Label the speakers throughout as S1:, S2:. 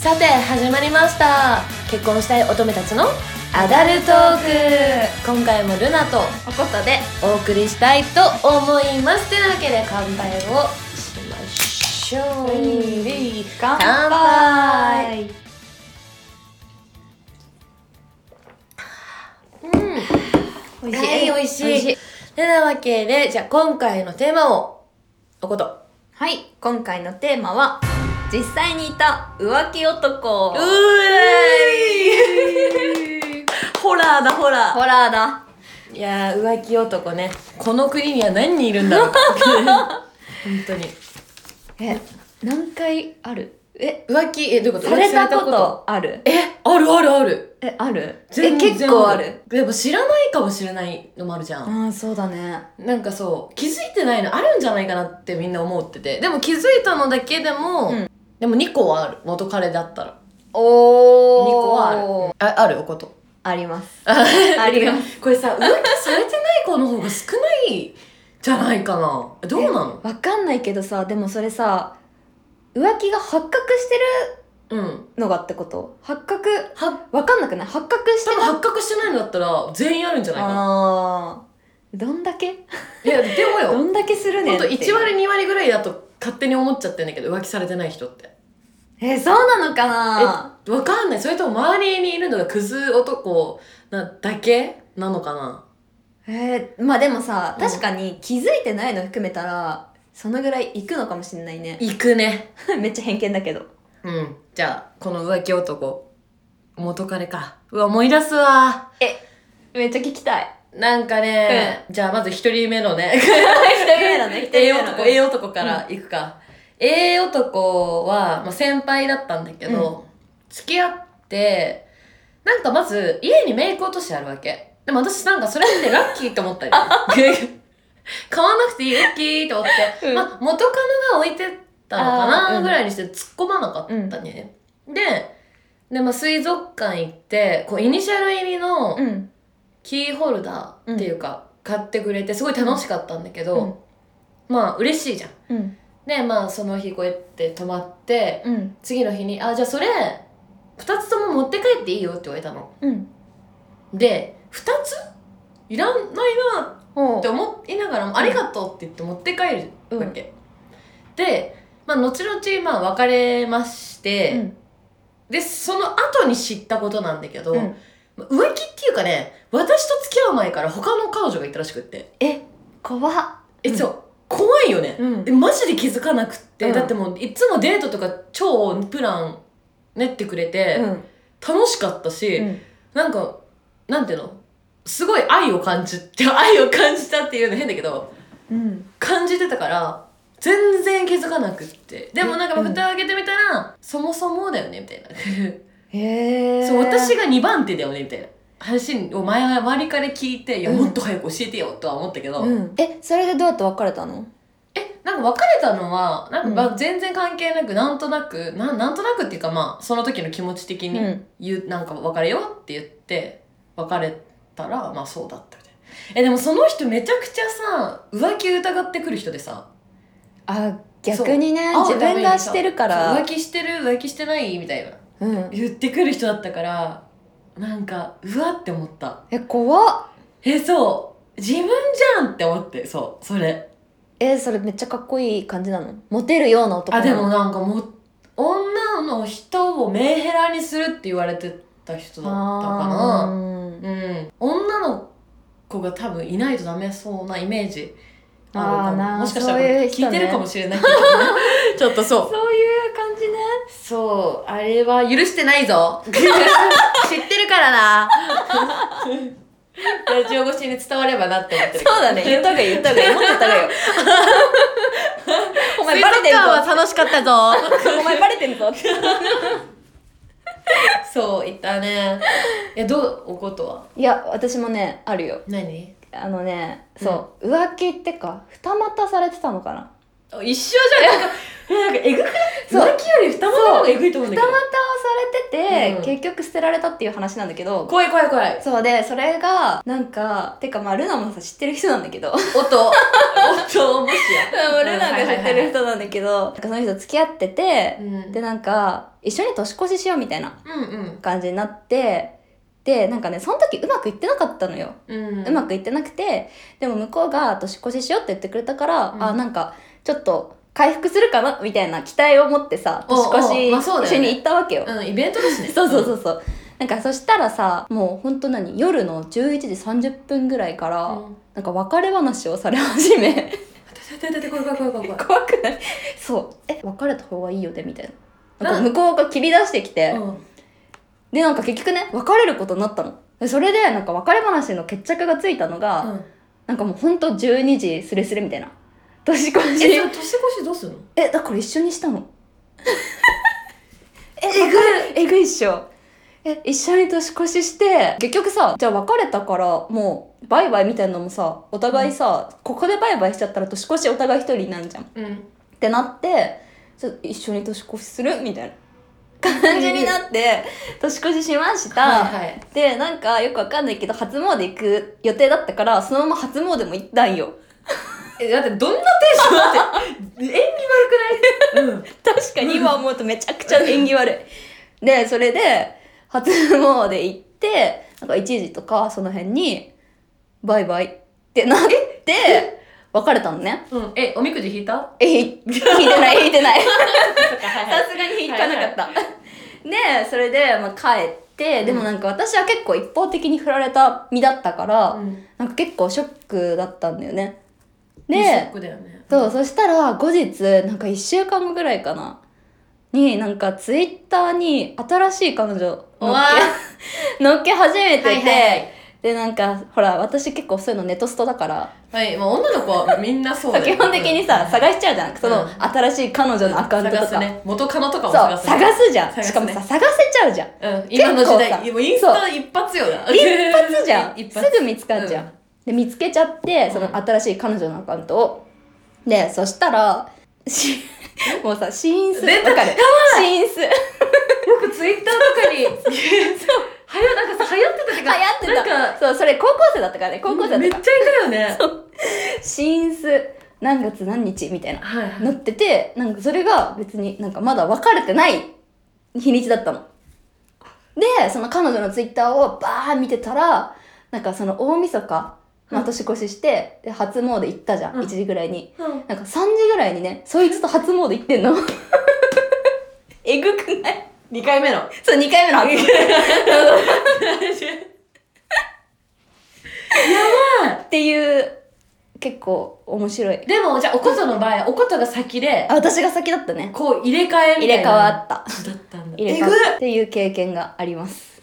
S1: さて始まりました結婚したい乙女たちのアダルトーク今回もルナと
S2: おことで
S1: お送りしたいと思いますというわけで乾杯をしましょう、
S2: 乾
S1: 乾杯
S2: 美
S1: は
S2: 味しい
S1: い、美味しい。てなわけで、じゃあ今回のテーマを、おこと。
S2: はい今回のテーマは実際にいた浮気男
S1: うえいホラーだ、ホラ
S2: ホラーだ
S1: ー。いやー、浮気男ね。この国には何人いるんだろう。本当に。
S2: え何回あるえ
S1: 浮気、え、どういうこと
S2: された
S1: 浮気
S2: ことある
S1: え、あるあるある。
S2: えあるえ
S1: 全然
S2: 結構ある。
S1: でも知らないかもしれないのもあるじゃん。
S2: ああそうだね
S1: なんかそう、気づいてないのあるんじゃないかなってみんな思ってて。でも気づいたのだけでも、
S2: うん
S1: でも2個はある。元彼だったら。
S2: お
S1: 二個はある
S2: ある
S1: ああるおこと
S2: あ ります
S1: あ
S2: ります
S1: これさ 浮気されてない子の方が少ないじゃないかなどうなの
S2: わかんないけどさでもそれさ浮気が発覚して
S1: うん
S2: るのがってこと発覚
S1: は
S2: わかんなくない発覚し
S1: 多
S2: て
S1: 分
S2: ない
S1: 発覚してないのだったら全員あるんじゃないかな
S2: あーどんだけ
S1: いやでも
S2: ど
S1: よ
S2: んだけするねん
S1: ほん
S2: っ
S1: と
S2: て
S1: 1割2割ぐらいだと勝手に思っちゃってんだけど浮気されてない人って
S2: えそうなのかな
S1: えわかんないそれとも周りにいるのがクズ男なだけなのかな
S2: えーまあでもさ
S1: うん
S2: 確かに気づいてないの含めたらそのぐらい行くのかもしれないね
S1: 行くね
S2: めっちゃ偏見だけど
S1: うんじゃあこの浮気男元彼かうわ思い出すわ
S2: めっちゃ聞きたい
S1: なんかね、じゃあまず一人目のね、
S2: 一 人目だね一人
S1: ええ
S2: 目だ
S1: 男、ええ男からいくか。ええ男は、まあ、先輩だったんだけど、付き合って、なんかまず家にメイク落としてあるわけ。でも私なんかそれってラッキーと思ったよ。 買わなくていい、ラッキーと思って、
S2: うん
S1: まあ元カノが置いてったのか
S2: あー
S1: な
S2: うん
S1: ぐらいにして突っ込まなかったね。で、で、まあ、水族館行って、こう、イニシャル入りの、
S2: うん
S1: キーホルダーっていうか、買ってくれてすごい楽しかったんだけど、まあ嬉しいじゃん。
S2: うん
S1: でまあその日こうやって泊まって
S2: うん
S1: 次の日に「あじゃあそれ2つとも持って帰っていいよ」って言われたの。
S2: うん
S1: で2ついらないな
S2: ほ
S1: って思いながらも「ありがとう」って言って持って帰るわけ。で、まあ、後々まあ別れまして、
S2: うん
S1: でその後に知ったことなんだけど、
S2: うん
S1: 浮気っていうかね私と付き合う前から他の彼女がいたらしくって。
S2: え怖っ
S1: え
S2: うん
S1: そう、怖いよね、
S2: うん
S1: えマジで気づかなくって、
S2: うん
S1: だってもういつもデートとか超プラン練ってくれて、
S2: うん
S1: 楽しかったし、
S2: うん
S1: なんかなんていうのすごい愛を感じて 愛を感じたっていうの変だけど
S2: うん
S1: 感じてたから全然気づかなくってでもなんか
S2: うん
S1: 蓋を開けてみたら、そもそもだよねみたいな
S2: へえ
S1: そう私が2番手だよねみたいな話を前周りから聞いていやもっと早く教えてよとは思ったけど、
S2: うんえそれでどうやって別れたの
S1: えなんか別れたのはなんかば、
S2: う
S1: 全然関係なくなんとなくななんとなくっていうかまあその時の気持ち的に
S2: うん
S1: 言う、なんか別れようって言って別れたらまあそうだったみたいなえでもその人めちゃくちゃさ浮気疑ってくる人でさ
S2: あ逆にね
S1: そう
S2: 自分がしてるから
S1: そう浮気してる浮気してないみたいな
S2: うん
S1: 言ってくる人だったからなんかうわって思った
S2: え怖っ
S1: えそう自分じゃんって思ってそうそれ
S2: えそれめっちゃかっこいい感じなのモテるような男
S1: あ
S2: な
S1: で
S2: の
S1: もなんかもう女の人をメンヘラにするって言われてた人だった
S2: あ
S1: か
S2: ーうん
S1: なうん女の子が多分いないとダメそうなイメージある
S2: あ
S1: か
S2: ー
S1: も
S2: なー
S1: もしかしたら
S2: そういう人
S1: 聞い
S2: ね
S1: てるかもしれないけど、 ちょっとそう
S2: そういう感じね
S1: そうあれは許してない ぞ知ってるからなラジオ越しに伝わればなって思ってる
S2: そうだね 言った方がいい言った方が いいもっと言った方がいいよお前バレてんぞ
S1: は楽しかったぞ
S2: お前バレてんぞ
S1: そう言った ねえどうおことはい
S2: や私もねあるよ
S1: 何
S2: あのねそう、浮気ってか二股されてたのかな
S1: 一緒じゃんなんかいやなんかえぐくない
S2: そう
S1: 浮気より二股の方がえぐいと思うん
S2: 二
S1: だ
S2: 股
S1: け
S2: を
S1: ど
S2: されてて、
S1: うん
S2: 結局捨てられたっていう話なんだけど
S1: 怖い怖い怖い
S2: そうでそれがなんかてかまあルナもさ知ってる人なんだけ ど
S1: 音 音もしや
S2: ルナが知ってる人なんだけどなんかその人付き合ってて、
S1: うん
S2: でなんか一緒に年越ししようみたいな
S1: うん
S2: 感じになってでなんかねその時うまくいってなかったのよ、
S1: うん
S2: うま
S1: く
S2: くいってなくてでも向こうが年越ししようって言ってくれたから、
S1: うん
S2: あなんかちょっと回復するかなみたいな期待を持ってさ年越
S1: おうおう
S2: し、
S1: まあそうだよね
S2: 一緒に行ったわけよ、
S1: うんイベントだ しね
S2: そうそうそうそうなんかそしたらさもうほんと何夜の11時30分ぐらいから、
S1: うん
S2: なんか別れ話をされ始め
S1: 痛い痛い痛い怖い怖い怖い怖い怖い
S2: 怖くないそうえ別れた方がいいよねみたいななん
S1: な
S2: か向こうが切り出してきて、
S1: うん
S2: でなんか結局ね別れることになったのでそれでなんか別れ話の決着がついたのが、
S1: うん
S2: なんかもうほんと12時スレスレみたいな年越
S1: え
S2: し
S1: じゃあ年越しどうすんの
S2: えだから一緒にしたの ええぐいえぐいっしょえ一緒に年越しして結局さじゃあ別れたからもうバイバイみたいなのもさお互いさ、ここでバイバイしちゃったら年越しお互い一人になるじゃんっ
S1: うん
S2: てなってちょっと一緒に年越しするみたいな感じになって年越ししました、
S1: はいはい
S2: でなんかよくわかんないけど初詣行く予定だったからそのまま初詣も行ったんよ
S1: えだってどんなテンションだって 縁起悪くないうん
S2: 確かに今思うとめちゃくちゃ縁起悪いでそれで初詣行ってなんか1時とかその辺にバイバイってなって別れたのね
S1: うん、え、おみくじ引いた
S2: え引いてない引いてない
S1: さ
S2: さすがに引かなかった、でそれで、まあ、帰ってでもなんか私は結構一方的に振られた身だったから、
S1: うん
S2: なんか結構ショックだったんだよね。
S1: いいショ
S2: で
S1: ッ、クだよね。
S2: そう、そしたら後日、なんか1週間後ぐらいかな、になんかツイッターに新しい彼女乗っ
S1: うわ
S2: け、 乗っけ始めてて、
S1: はいはいはい
S2: で、なんか、ほら、私結構そういうのネトストだから、
S1: はい、まあ女の子はみんなそうだよ
S2: 基本的にさ、探しちゃうじゃん。その、
S1: うん
S2: 新しい彼女のアカウントとか。
S1: 探すね。元カノとか
S2: そ
S1: も
S2: う、
S1: 探す、ね。
S2: 探すじゃん。
S1: 探すね
S2: しかもさ、探せちゃうじゃん。
S1: うん、今の時
S2: 結構
S1: 代、
S2: さ
S1: もうインスタ一発よな。
S2: 一発じゃん
S1: 一
S2: す
S1: 発。
S2: ぐ見つかるじゃん、
S1: うん
S2: で見つけちゃってそ
S1: うん
S2: の新しい彼女のアカウントをでそしたらし もうさシーンス
S1: 出た
S2: わかるシーンス流行
S1: よくツイッタ ーとかに、そう、はや、なんかさ、流行ってたってか、
S2: ってた
S1: なんか、
S2: そうそれ高校生だったからね高校生だ
S1: め
S2: っ
S1: ったち
S2: か
S1: ゃいたよ ね。
S2: らシーンス何月何日みたいな
S1: はいはい。
S2: 載っててなんかそれが別になんかまだ別れてない日にちだったのでその彼女のツイッターをバーン見てたらなんかその大晦日
S1: う
S2: ま
S1: ん
S2: あ年越しして、で初詣行ったじゃん、
S1: うん
S2: 1時ぐらいに
S1: うん
S2: なんか3時ぐらいにね、そいつと初詣行ってんの。 えぐくない
S1: 二回目の。
S2: そう、2回目の初詣。っていう、結構面白い。
S1: でも、じゃあ、おことの場合、おことが先で
S2: あ、、私が先だったね。
S1: こう入れ替えみた
S2: 入
S1: いな。
S2: れ替わった。
S1: だったんだ。
S2: 入れ替わったっていう経験があります。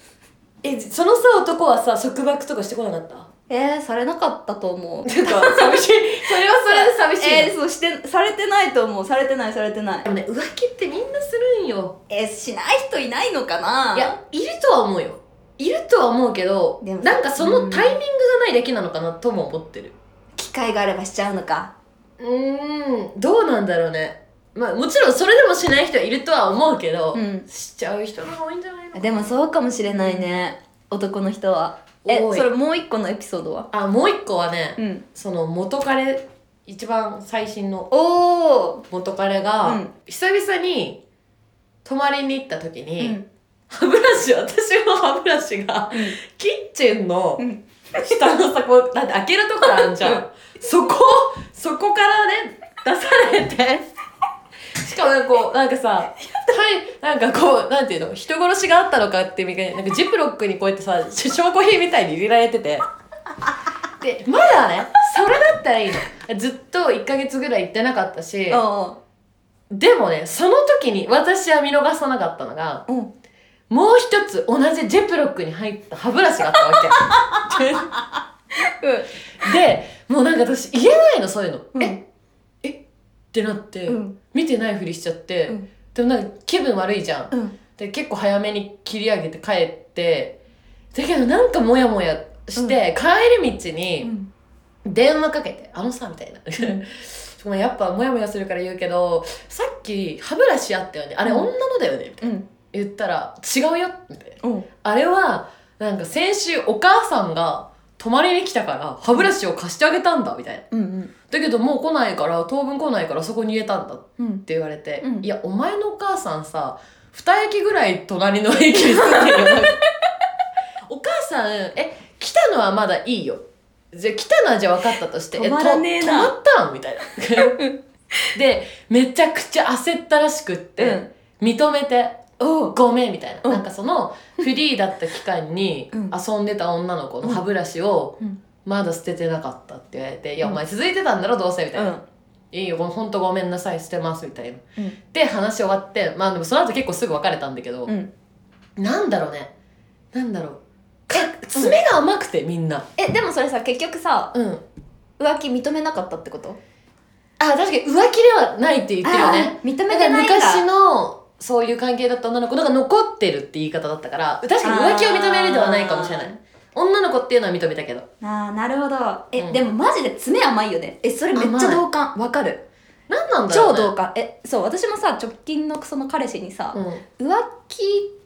S1: えぐえ、そのさ、男はさ、束縛とかしてこなかった
S2: えー、さ れなかったと思う。
S1: てか、寂しい。それはそれで寂しいの。
S2: えー、そうして、されてないと思う。されてない、されてない
S1: で。もね、浮気ってみんなするんよ。
S2: えー、しない人いないのかない
S1: いや、いるとは思うよ。いるとは思うけど
S2: で、も
S1: なんかそのタイミングがないだけなのかなとも思ってる。
S2: 機会があればしちゃうのか。
S1: うーん、どうなんだろうね。まあもちろんそれでもしない人はいるとは思うけど、
S2: ん。
S1: しちゃう人の方が多いんじゃないの
S2: でもそうかもしれないね。男の人は。え、
S1: 多い
S2: それもう一個のエピソードは
S1: あ、もう一個はね、
S2: うん。
S1: その元彼、一番最新の
S2: おー
S1: 元彼が、
S2: うん
S1: 久々に泊まりに行った時に、歯ブラシ、私の歯ブラシが、キッチンの
S2: うん
S1: 下のさ、こう、だって開けるとこあるじゃ。
S2: うん
S1: そこ、そこからね、出されて。しかもなんかこう、なんかさ、はい、なんかこう、なんていうの、人殺しがあったのかってみたいな、なんかジップロックにこうやってさ、証拠品みたいに入れられてて。で、まだね、それだったらいいの。ずっと1ヶ月ぐらい行ってなかったし、
S2: お
S1: でもね、その時に私は見逃さなかったのが、
S2: うんうん
S1: もう一つ同じジェプロックに入った歯ブラシがあったわ け。で、もうなんか私言えないの、そういうの。
S2: うん
S1: えってなって、
S2: うん
S1: 見てないふりしちゃって、
S2: うん
S1: でもなんか気分悪いじゃん。
S2: うん
S1: で、結構早めに切り上げて帰って、だけどなんかモヤモヤ して、帰り道に電話かけて、あのさ、みたいな。ごめんやっぱモヤモヤするから言うけどさっき歯ブラシあったよねあれ
S2: うん
S1: 女のだよね、
S2: うん
S1: 言ったら違うよみたいな
S2: うん
S1: あれはなんか先週お母さんが泊まりに来たから歯ブラシを貸してあげたんだみたいな
S2: うん
S1: だけどもう来ないから当分来ないからそこに入れたんだっ
S2: うん
S1: て言われて、
S2: うん
S1: いやお前のお母さんさ二駅ぐらい隣の駅に住んでるよ お母さんえ来たのはまだいいよじゃ来たのはじゃあ分かったとしてえ
S2: 止まらねえな
S1: と止まったんみた いなでめちゃくちゃ焦ったらしくって、認めて
S2: おう
S1: ごめんみたいな、
S2: うん
S1: なんかそのフリーだった期間に
S2: うん
S1: 遊んでた女の子の歯ブラシを
S2: うん
S1: まだ捨ててなかったって言われて「いや
S2: う
S1: お
S2: ん
S1: 前続いてたんだろどうせ」みたいな「
S2: ん
S1: いいよほんとごめんなさい捨てます」みたいな。
S2: うん
S1: で話終わってまあでもその後結構すぐ別れたんだけど、
S2: うん
S1: なんだろうねなんだろうか爪が甘くてみんな。
S2: えでもそれさ結局さ
S1: うん
S2: 浮気認めなかったってこと
S1: あ確かに浮気ではないって言ってるよね。
S2: あー認
S1: な
S2: め
S1: んか
S2: てないんだ
S1: 昔のそういう関係だった女の子のが残ってるって言い方だったから確かに浮気を認めるではないかもしれない女の子っていうのは認めたけど
S2: あーなるほどえ、
S1: うん
S2: でもマジで爪甘いよねえそれめっちゃ同感わかる
S1: 何なんだろう、
S2: 超
S1: ね、
S2: 同感えそう私もさ直近のその彼氏にさ、
S1: うん
S2: 浮気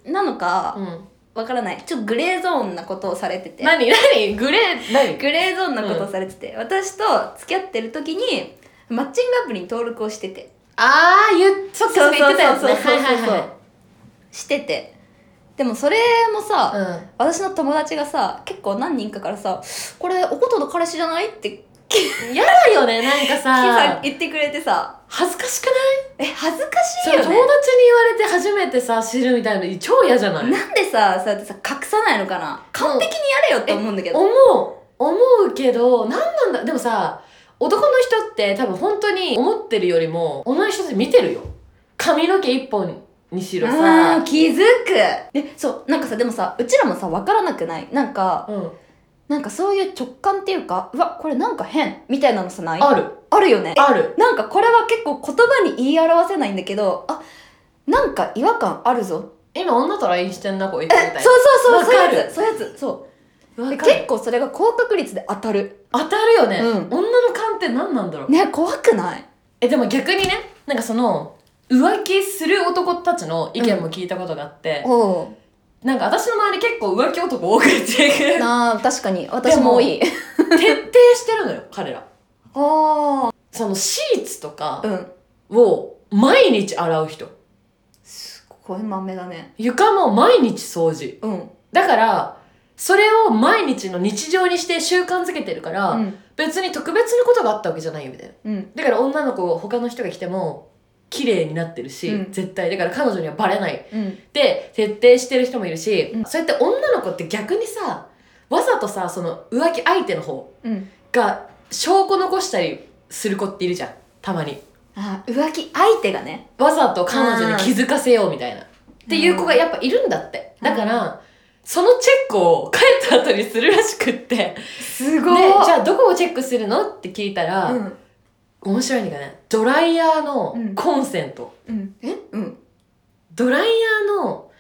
S2: なのか
S1: うん、
S2: わからないちょっとグレーゾーンなことをされてて
S1: 何何グレー何
S2: グレーゾーンなことをされてて、私と付き合ってる時にマッチングアプリに登録をしてて
S1: ああ言っそっかそっか言ってたやつね
S2: そうそうそうそう
S1: はいはい
S2: しててでもそれもさ、
S1: はいうん
S2: 私の友達がさ結構何人かからさ「これおことの彼氏じゃない?」って
S1: やだよね、なんか
S2: さ
S1: さ、
S2: 言ってくれてさ
S1: 恥ずかしくない
S2: え恥ずかし
S1: そ
S2: い
S1: れ
S2: よ
S1: 友達に
S2: ね
S1: 言われて初めてさ、知るみたいなの超嫌じゃない
S2: なんでさそうやってさ隠さないのかな完璧にやれよって思うんだけど
S1: 思う、思うけど、なんなんだ、でもさ、男の人って多分本当に思ってるよりも、女の人って見てるよ。髪の毛一本にしろ
S2: あ
S1: さ
S2: ー。気づくえそうなんかさでもさうちらもさ分からなくないなんか
S1: うん、
S2: なんかそういう直感っていうかうわこれなんか変みたいなのさない
S1: ある、
S2: あるよね
S1: ある。
S2: なんかこれは結構言葉に言い表せないんだけどあなんか違和感あるぞ
S1: 今女と LINE してんな、こいつみたい
S2: そう
S1: な。
S2: そうそうそう
S1: わか
S2: いうや
S1: る
S2: つそういうやつそう
S1: わかる
S2: 結構それが高確率で当たる
S1: 当たるよね、
S2: うん
S1: 女の勘って何なんだろう。
S2: ね怖くない
S1: えでも逆にねなんかその浮気する男たちの意見も聞いたことがあって、
S2: おう
S1: なんか私の周り結構浮気男多くて徹
S2: なあ確かに私も多い
S1: 底してるのよ彼ら
S2: あ
S1: そのシーツとか
S2: あうん
S1: を毎日洗う人
S2: すごい豆だね
S1: 床も毎日掃除
S2: うん
S1: だからそれを毎日の日常にして習慣づけてるから、
S2: うん
S1: 別に特別なことがあったわけじゃないよみたいな
S2: うん
S1: だから女の子他の人が来ても綺麗になってるし、
S2: うん
S1: 絶対だから彼女にはバレない
S2: うん
S1: で徹底してる人もいるし、
S2: うん
S1: そうやって女の子って逆にさわざとさその浮気相手の方
S2: うん
S1: が証拠残したりする子っているじゃんたまに
S2: あー浮気相手がね
S1: わざと彼女に気づかせようみたいな、っていう子がやっぱいるんだって
S2: うん
S1: だから、そのチェックを帰った後にするらしくってですじ
S2: ごい
S1: ゃあどこをチェックするのって聞いたら、
S2: うん
S1: 面白いのがねドライヤーの
S2: うん
S1: コンセント、
S2: うんえうん
S1: ドライヤーの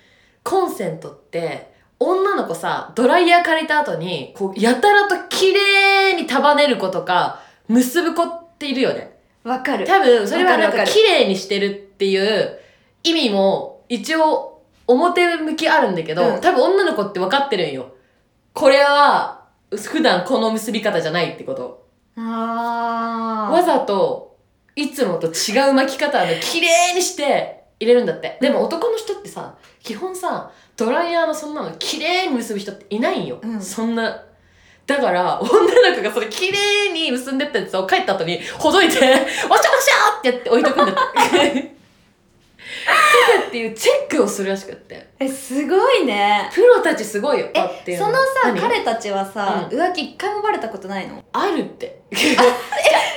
S1: コンセントって女の子さドライヤー借りた後にこうやたらと綺麗に束ねる子とか結ぶ子っているよね
S2: わかる
S1: 多分それはなん
S2: わかる
S1: か
S2: わかる
S1: 綺麗にしてるっていう意味も一応表向きあるんだけど、
S2: うん
S1: 多分女の子って分かってるんよこれは普段この結び方じゃないってこと
S2: あ
S1: わざといつもと違う巻き方の綺麗にして入れるんだってでも男の人ってさ基本さドライヤーのそんなの綺麗に結ぶ人っていないんよ、
S2: うん
S1: そんなだから女の子がそれ綺麗に結んでったやつを帰った後にほどいて「わしゃわしゃ!」ってやって置いとくんだってとかっていうチェックをするらしくって
S2: えすごいね
S1: プロたちすごいよパッて
S2: え
S1: いう
S2: そのさ
S1: 何
S2: 彼たちはさ、
S1: う
S2: 浮気一回もバレたことないの
S1: あるって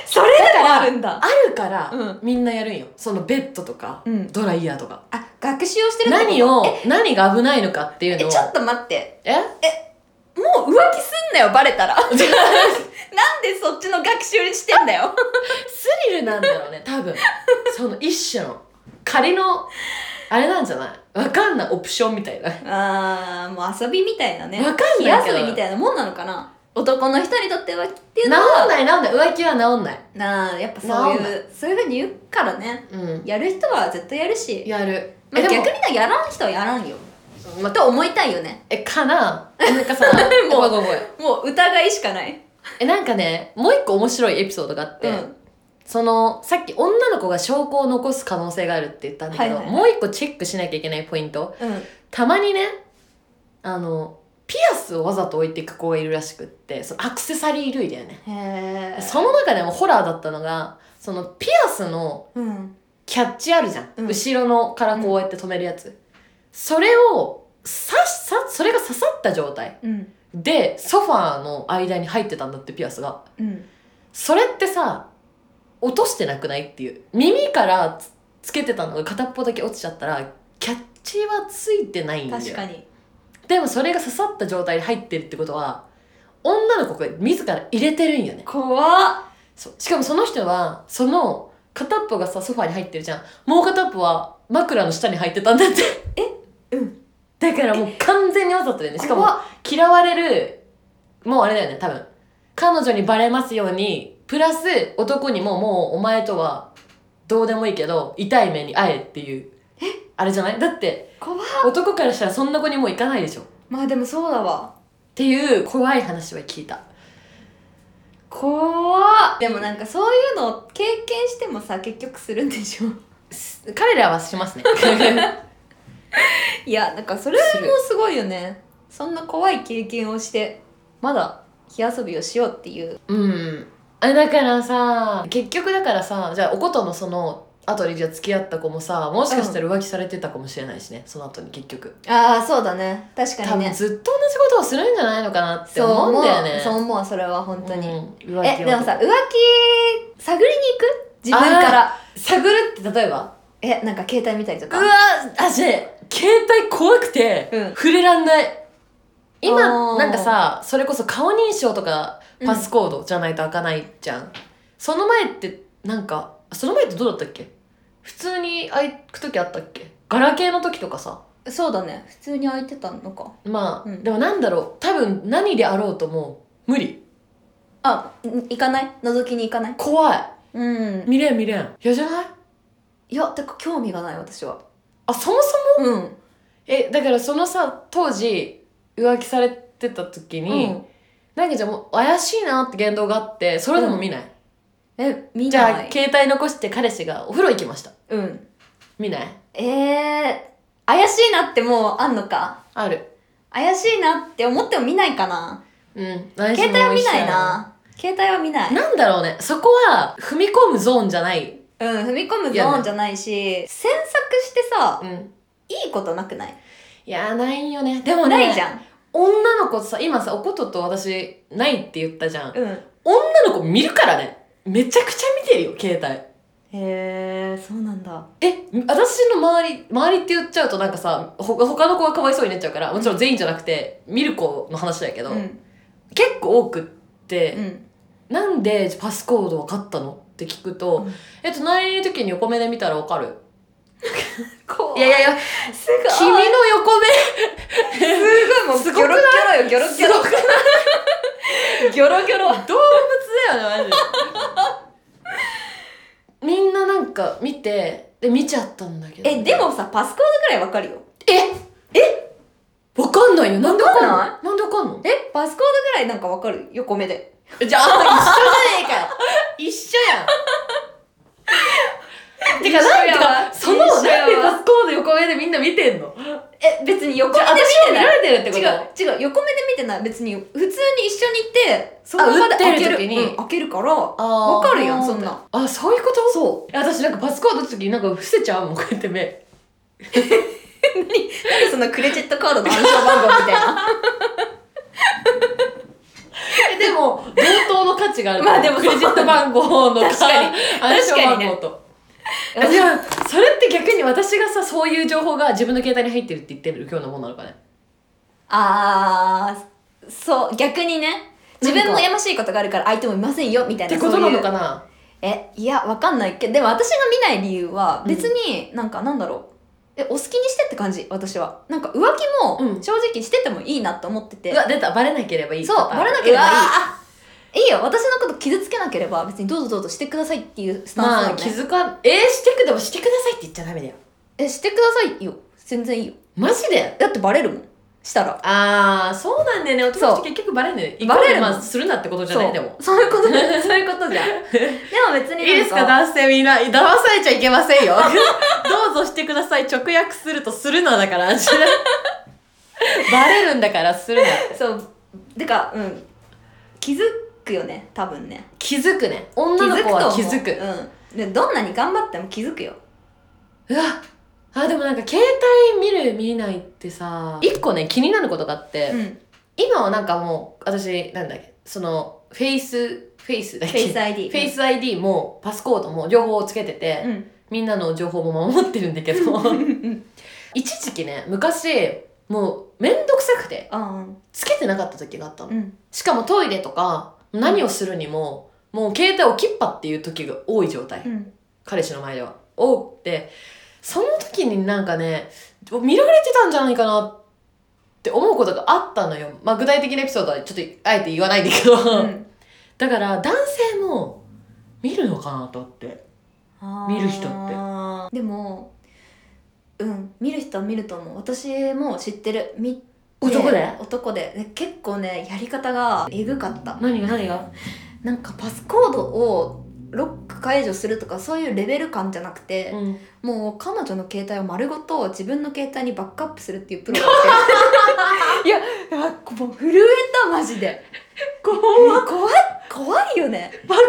S2: それで
S1: もあ
S2: るんだ
S1: あるから、
S2: うん
S1: みんなやるんよそのベッドとか、
S2: うん
S1: ドライヤーとか
S2: あ学習をしてるってこと
S1: 何を何が危ないのかっていう
S2: え
S1: のを
S2: ちょっと待って
S1: え
S2: もう浮気すんなよバレたら なんでそっちの学習してんだよ
S1: スリルなんだろうね 多分その一種の仮のあれなんじゃないわかんないオプションみたいな
S2: あーもう遊びみたいなね
S1: わかんないけど
S2: 火遊びみたいなもんなのかな男の人にとってはってい
S1: 治
S2: うんのは
S1: ない治んない浮気は治んない
S2: なあやっぱそう
S1: 治んな
S2: いうそういうふうに言うからね
S1: うん
S2: やる人は絶対やるし
S1: やる、まあ、
S2: 逆
S1: で
S2: に
S1: も
S2: なやらん人はやらんよ
S1: まあ
S2: と思いたいよね
S1: えかななんかさ
S2: も
S1: ご
S2: う
S1: めんごめんごめん
S2: もう疑いしかない
S1: えなんかねもう一個面白いエピソードがあって、そのさっき女の子が証拠を残す可能性があるって言ったんだけど、
S2: はいはい
S1: もう一個チェックしなきゃいけないポイント
S2: うん
S1: たまにねあのピアスをわざと置いていく子がいるらしくってそのアクセサリー類だよね
S2: へえ
S1: その中でもホラーだったのがそのピアスの
S2: うん
S1: キャッチあるじゃん、
S2: うん
S1: 後ろのからこうやって止めるやつ、それをささそれが刺さった状態
S2: うん
S1: でソファーの間に入ってたんだってピアスが
S2: うん
S1: それってさ落としてなくないっていう耳からつつけてたのが片っぽだけ落ちちゃったらキャッチはついてないんだよ
S2: 確かに
S1: でもそれが刺さった状態で入ってるってことは女の子が自ら入れてるんよね
S2: 怖っ
S1: そうしかもその人はその片っぽがさソファーに入ってるじゃんもう片っぽは枕の下に入ってたんだって
S2: えうん
S1: だからもう完全にわざとだよねしかも
S2: 怖っ
S1: 嫌われるもうあれだよね多分彼女にバレますようにプラス男にももうお前とはどうでもいいけど痛い目に会えっていうあれじゃないだって
S2: 怖っ
S1: 男からしたらそんな子にもう行かないでしょっ
S2: まあでもそうだわ
S1: ていう怖い話は聞いた
S2: 怖っでもなんかそういうのを経験してもさ結局するんでしょ
S1: 彼らはしますね
S2: いやなんかそれも
S1: する
S2: すごいよねそんな怖い経験をしてまだ火遊びをしようっていう
S1: うんあだからさ結局だからさじゃあおことのその後にじゃあ付き合った子もさもしかしたら浮気されてたかもしれないしね、その後に結局
S2: ああそうだね確か
S1: 多
S2: に
S1: 分
S2: ね
S1: ずっと同じことをするんじゃないのかなって
S2: そう
S1: 思うん
S2: 思う
S1: だよね
S2: そう思うそれは本当に、
S1: うん浮気は
S2: えでもさ浮気探りに行く自分から
S1: 探るって例えば
S2: えなんか携帯見たりと
S1: う
S2: か
S1: わあじ携帯怖くて、
S2: うん
S1: 触れらんない
S2: あ
S1: 今
S2: ー
S1: なんかさそれこそ顔認証とか
S2: うん
S1: パスコードじゃないと開かないじゃん、その前ってなんかその前ってどうだったっけ普通に開く時あったっけガラケーの時とかさ
S2: そうだね普通に空いてたのか
S1: まあ、
S2: うん
S1: でもなんだろう多分何であろうともう無理
S2: あん行かない覗きに行かない
S1: 怖い
S2: うん
S1: 見れん見れん嫌じゃない
S2: いやてか興味がない私は
S1: あそもそも
S2: うん
S1: えだからそのさ当時浮気されてた時に、
S2: うん
S1: なんかじゃあもう怪しいなって言動があってそれでも見ない、
S2: え見
S1: じゃ
S2: な
S1: あ
S2: い
S1: 携帯残して彼氏がお風呂行きました
S2: うん
S1: 見ない
S2: えー、怪しいなってもうあんのか
S1: ある
S2: 怪しいなって思っても見ないかな
S1: うん携
S2: 携帯は見ないな携帯は見ない
S1: なんだろうねそこは踏み込むゾーンじゃない
S2: うん踏み込
S1: い
S2: むゾ
S1: や
S2: ー
S1: ね
S2: ンじゃないし詮索してさ
S1: うん
S2: いいことなくない
S1: いやーないよねでもね
S2: ないじゃん
S1: 女の子さ今さおことと私ないって言ったじゃん
S2: うん
S1: 女の子見るからねめちゃくちゃ見てるよ携帯
S2: へえそうなんだ
S1: え私の周り周りって言っちゃうとなんかさほ他の子がかわいそうになっちゃうからもちろん全員じゃなくて見る子の話だけど、
S2: うん
S1: 結構多くって、
S2: うん
S1: なんでパスコード分かったのって聞くと、
S2: うん
S1: え隣にいる時に横目で見たら分かる
S2: 怖
S1: いやいやいや
S2: すごい
S1: 君の横目
S2: すごいもう
S1: す
S2: ギ
S1: ごく
S2: ョ
S1: な
S2: ロ
S1: い
S2: ギョロよギョロギョロ
S1: すごく
S2: ギョロギョロ
S1: 動物だよねマジで みんななんか見てで見ちゃったんだけど
S2: えでもさパスコードくらいわかるよ
S1: ええ分かんないよなんで分かん
S2: わかん
S1: ないなんで分かんの
S2: えパスコードくらいなんかわかる横目で
S1: えじゃあ一緒じゃねえかよ一緒やん てか
S2: 一緒
S1: な
S2: や
S1: ん
S2: わ
S1: かそのな
S2: 一
S1: ん
S2: 緒やわ
S1: でパスコード横目でみんな見てんの
S2: え別に横
S1: じ
S2: 目
S1: ゃ
S2: で
S1: あ私も
S2: 見
S1: 見
S2: て
S1: ら
S2: ない
S1: れてるってこと
S2: 違う違う横目で見てない別に普通に一緒にいてそ
S1: あ
S2: の場で
S1: 打っ
S2: 開
S1: て
S2: け
S1: る
S2: る
S1: 時に
S2: うん開けるから
S1: わ
S2: わかるやんそんな
S1: あそういうこと
S2: そう
S1: いや私なんかパスコード打つ時になんか伏せちゃうもんこうやって目
S2: なんでそんなクレジットカードの暗証番号みたいな
S1: えでも同等の価値がある
S2: まあでも
S1: クレジット番号の
S2: 確かに
S1: 暗証
S2: 確かに
S1: 番
S2: ね
S1: 号と あじゃあそれって逆に私がさそういう情報が自分の携帯に入ってるって言ってる今日のものなのかね
S2: あーそう逆にね自分
S1: なん
S2: も
S1: か
S2: やましいことがあるから相手もいませんよみたい
S1: っ
S2: な
S1: てことな
S2: そうい
S1: の
S2: う
S1: かな
S2: えいやわかんないけどでも私が見ない理由は
S1: うん
S2: 別になんかなんだろう、えお好きにしてって感じ私はなんか浮気
S1: う
S2: も
S1: ん
S2: 正直しててもいいなと思ってて、
S1: うわ出たバレなければいい
S2: そう
S1: パターン
S2: バレなければいう
S1: わ
S2: いいよ私のこと傷つけなければ別にどうぞどうぞしてくださいっていうスタンスな
S1: まあ
S2: のね、
S1: 気づかえー、してくでもしてくださいって言っちゃダメだよ
S2: えしてくださいよ全然いいよ
S1: マジで
S2: だってバレるもんしたら
S1: ああそうなんだよね男
S2: そう
S1: って結局バレる
S2: バレるの
S1: まあするなってことじゃ
S2: そ
S1: ないうでも
S2: そういうことだよそういうことじゃん でも別になん
S1: いいですか男性みんな騙されちゃいけませんよ どうぞしてください直訳するとするなだから バレるんだからするなって
S2: そうてかうん気づくよね多分ね
S1: 気づくね女の子は気づく
S2: と思ううんでどんなに頑張っても気づくよ
S1: うわあでもなんか携帯見る見ないってさ一個ね気になることがあって、
S2: うん
S1: 今はなんかもう私なんだっけそのフェイスフェイスだっ
S2: フ
S1: け
S2: ェイス ID
S1: フェイス ID もパスコードも両方つけてて、
S2: うん
S1: みんなの情報も守ってるんだけど一時期ね昔もうめんどくさくて
S2: あ
S1: つけてなかった時があった
S2: あ
S1: の、
S2: うん
S1: しかもトイレとか何をするにも、もう携帯を切っぱっていう時が多い状態、
S2: うん
S1: 彼氏の前では多くてその時になんかね見られてたんじゃないかなって思うことがあったのよまあ具体的なエピソードはちょっとあえて言わないんだけど、
S2: うん
S1: だから男性も見るのかなと思って
S2: あー
S1: 見る人って
S2: でもうん見る人は見ると思う私も知ってる見て
S1: 男で
S2: 男でで結構ねやり方がえぐかった
S1: 何が何が
S2: なんかパスコードをロック解除するとかそういうレベル感じゃなくて、
S1: うん
S2: もう彼女の携帯を丸ごと自分の携帯にバックアップするっていうプロ があっていやあもう震えたマジで
S1: 怖
S2: 怖い怖いよね
S1: バック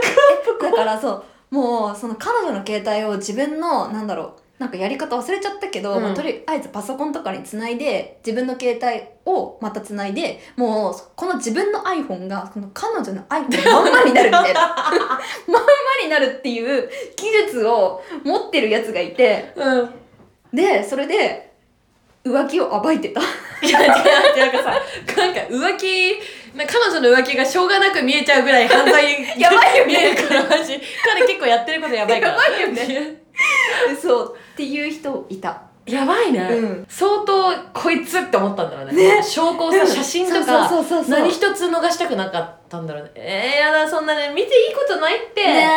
S1: アップ
S2: だからそうもうその彼女の携帯を自分のなんだろうなんかやり方忘れちゃったけど、
S1: うん
S2: まあとりあえずパソコンとかにつないで自分の携帯をまたつないでもうこの自分の iPhone がこの彼女の iPhone のまんまになるみたいなまんまになるっていう技術を持ってるやつがいて
S1: うん
S2: でそれで浮気を暴いてた
S1: いや違う違うなんかさなんか浮気な彼女の浮気がしょうがなく見えちゃうぐらい犯罪
S2: やばいよね
S1: 見えるからマジ彼結構やってることやばいから
S2: やばいよねそうっていう人いた
S1: やばいね、
S2: うん
S1: 相当こいつって思ったんだろうね
S2: ね
S1: 証拠をさ写真とか
S2: そうそうそうそう
S1: 何一つ逃したくなかったんだろうねえー、やだそんなね見ていいことないって、
S2: ね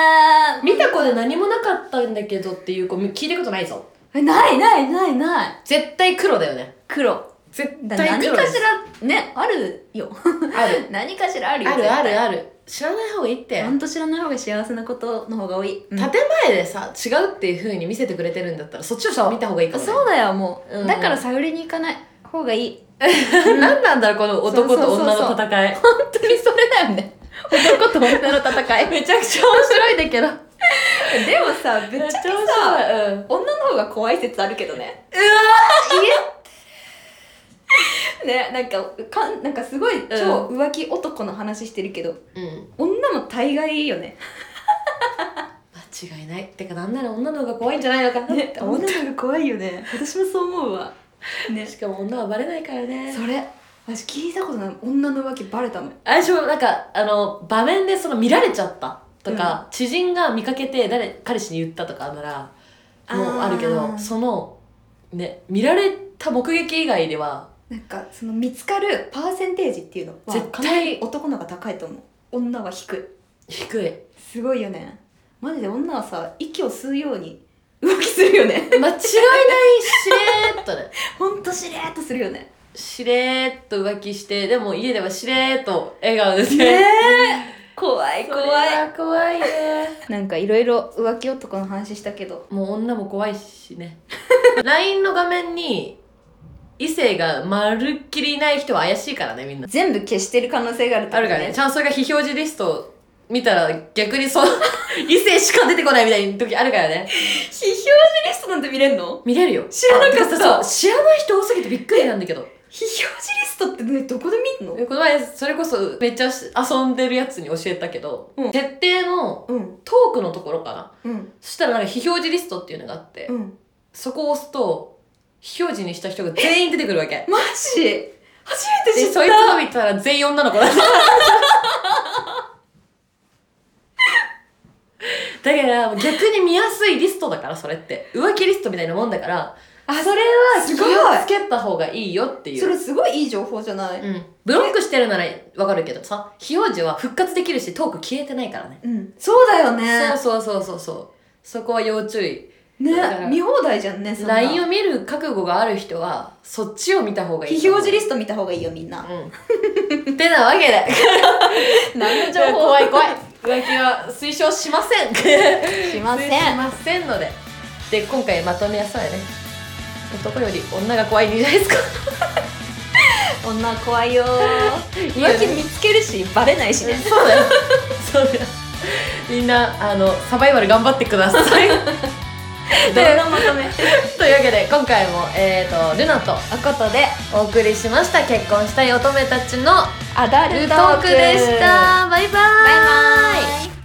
S2: え
S1: 見た子で何もなかったんだけどっていう子聞いたことないぞ
S2: えないないないない
S1: 絶対黒だよね
S2: 黒
S1: 絶
S2: だ
S1: 対
S2: 何
S1: 黒
S2: か
S1: です
S2: しらねあるよ
S1: ある
S2: 何かしらあるよ
S1: あるある
S2: あ
S1: ある知らない方がいいって
S2: ほんと知らない方が幸せなことの方が多い、うん
S1: 建前でさ違うっていう風に見せてくれてるんだったらそっち
S2: そ
S1: を
S2: う
S1: 見た方がいいかも、ね、
S2: そうだよもう、
S1: うん
S2: だから探りに行かない方がいい
S1: 何なんだろうこの男と女の戦い
S2: 本当にそれだよね男と女の戦い
S1: めちゃくちゃ面白いんだけど
S2: でもさぶっちゃけさ
S1: い、うん、
S2: 女の方が怖い説あるけどねうわー ねなんかかんなんかすごい超浮気男の話してるけど、
S1: うん、
S2: 女も大概いいよね
S1: 間違いないてかなんなら女の方が怖いんじゃないのかなって思っ
S2: 女
S1: た、
S2: の方が怖いよね私もそう思うわね
S1: しかも女はバレないからね
S2: それ私聞いたことない女の浮気バレたの
S1: あしもなんかあの場面でその見られちゃったとか、知人が見かけて誰彼氏に言ったとかならもうあるけ
S2: あ
S1: ど
S2: ー
S1: そのね見られた目撃以外では
S2: なんかその見つかるパーセンテージっていうのは
S1: 絶対
S2: かなり男の方が高いと思う女は低い
S1: 低い
S2: すごいよねマジで女はさ息を吸うように浮気するよね
S1: 間違いないしれーっとね
S2: ほんとしれーっとするよね
S1: しれーっと浮気してでも家ではしれーっと笑顔で
S2: ね
S1: ね
S2: 怖い
S1: それ
S2: 怖い
S1: は怖いね
S2: なんかいろいろ浮気男の話したけど
S1: もう女も怖いしね LINE の画面に異性がまるっきりいない人は怪しいからねみんな
S2: 全部消してる可能性があるってこ
S1: あ
S2: と
S1: るからねちゃんとそれが非表示リストを見たら逆にそう 異性しか出てこないみたいな時あるからね
S2: 非表示リストなんて見れんの
S1: 見れるよ
S2: 知らなかった
S1: あてさそう知らない人多すぎてびっくりなんだけど
S2: 非表示リストって、ね、どこで見んの
S1: この前それこそめっちゃ遊んでるやつに教えたけど、
S2: うん
S1: 設定の
S2: うん
S1: トークのところかな
S2: うん
S1: そしたらなんか非表示リストっていうのがあって、
S2: うん
S1: そこを押すと非表示にした人が全員出てくるわ け
S2: マジ初め
S1: で
S2: て知っ
S1: そいつ
S2: た
S1: を見たら全員女の子だった だから逆に見やすいリストだからそれって浮気リストみたいなもんだからあそれは
S2: す
S1: 気
S2: ごい
S1: をつけた方がいいよっていう
S2: それすごいいい情報じゃない
S1: うん、ブロックしてるならわかるけどさ非王子は復活できるしトーク消えてないからね、
S2: うん。そうだよね。
S1: そうそうそうそうそうそこは要注意だか
S2: ね
S1: ら
S2: 見放題じゃんね、そんな。
S1: LINE を見る覚悟がある人はそっちを見た方がいい
S2: 非表示リスト見た方がいいよ、みんな。
S1: うんってなわけ で
S2: 何の情報
S1: 怖い怖い浮気は推奨しません
S2: しま せん。
S1: しませんのでで今回まとめやすいね男より女が怖いんじゃないですか
S2: 女怖いよー。
S1: いいよね
S2: 浮気見つけるし、バレないしね。
S1: そうだよそうだよみんなあのサバイバル頑張ってください
S2: 動画まとめ。
S1: というわけで今回もえー、とルナと
S2: ということで、
S1: お送りしました結婚したい乙女たちの
S2: アダ
S1: ル
S2: ル
S1: ート
S2: トー
S1: ー
S2: ク
S1: ク
S2: で
S1: で
S2: し。
S1: したたバイバイ
S2: バイバイ。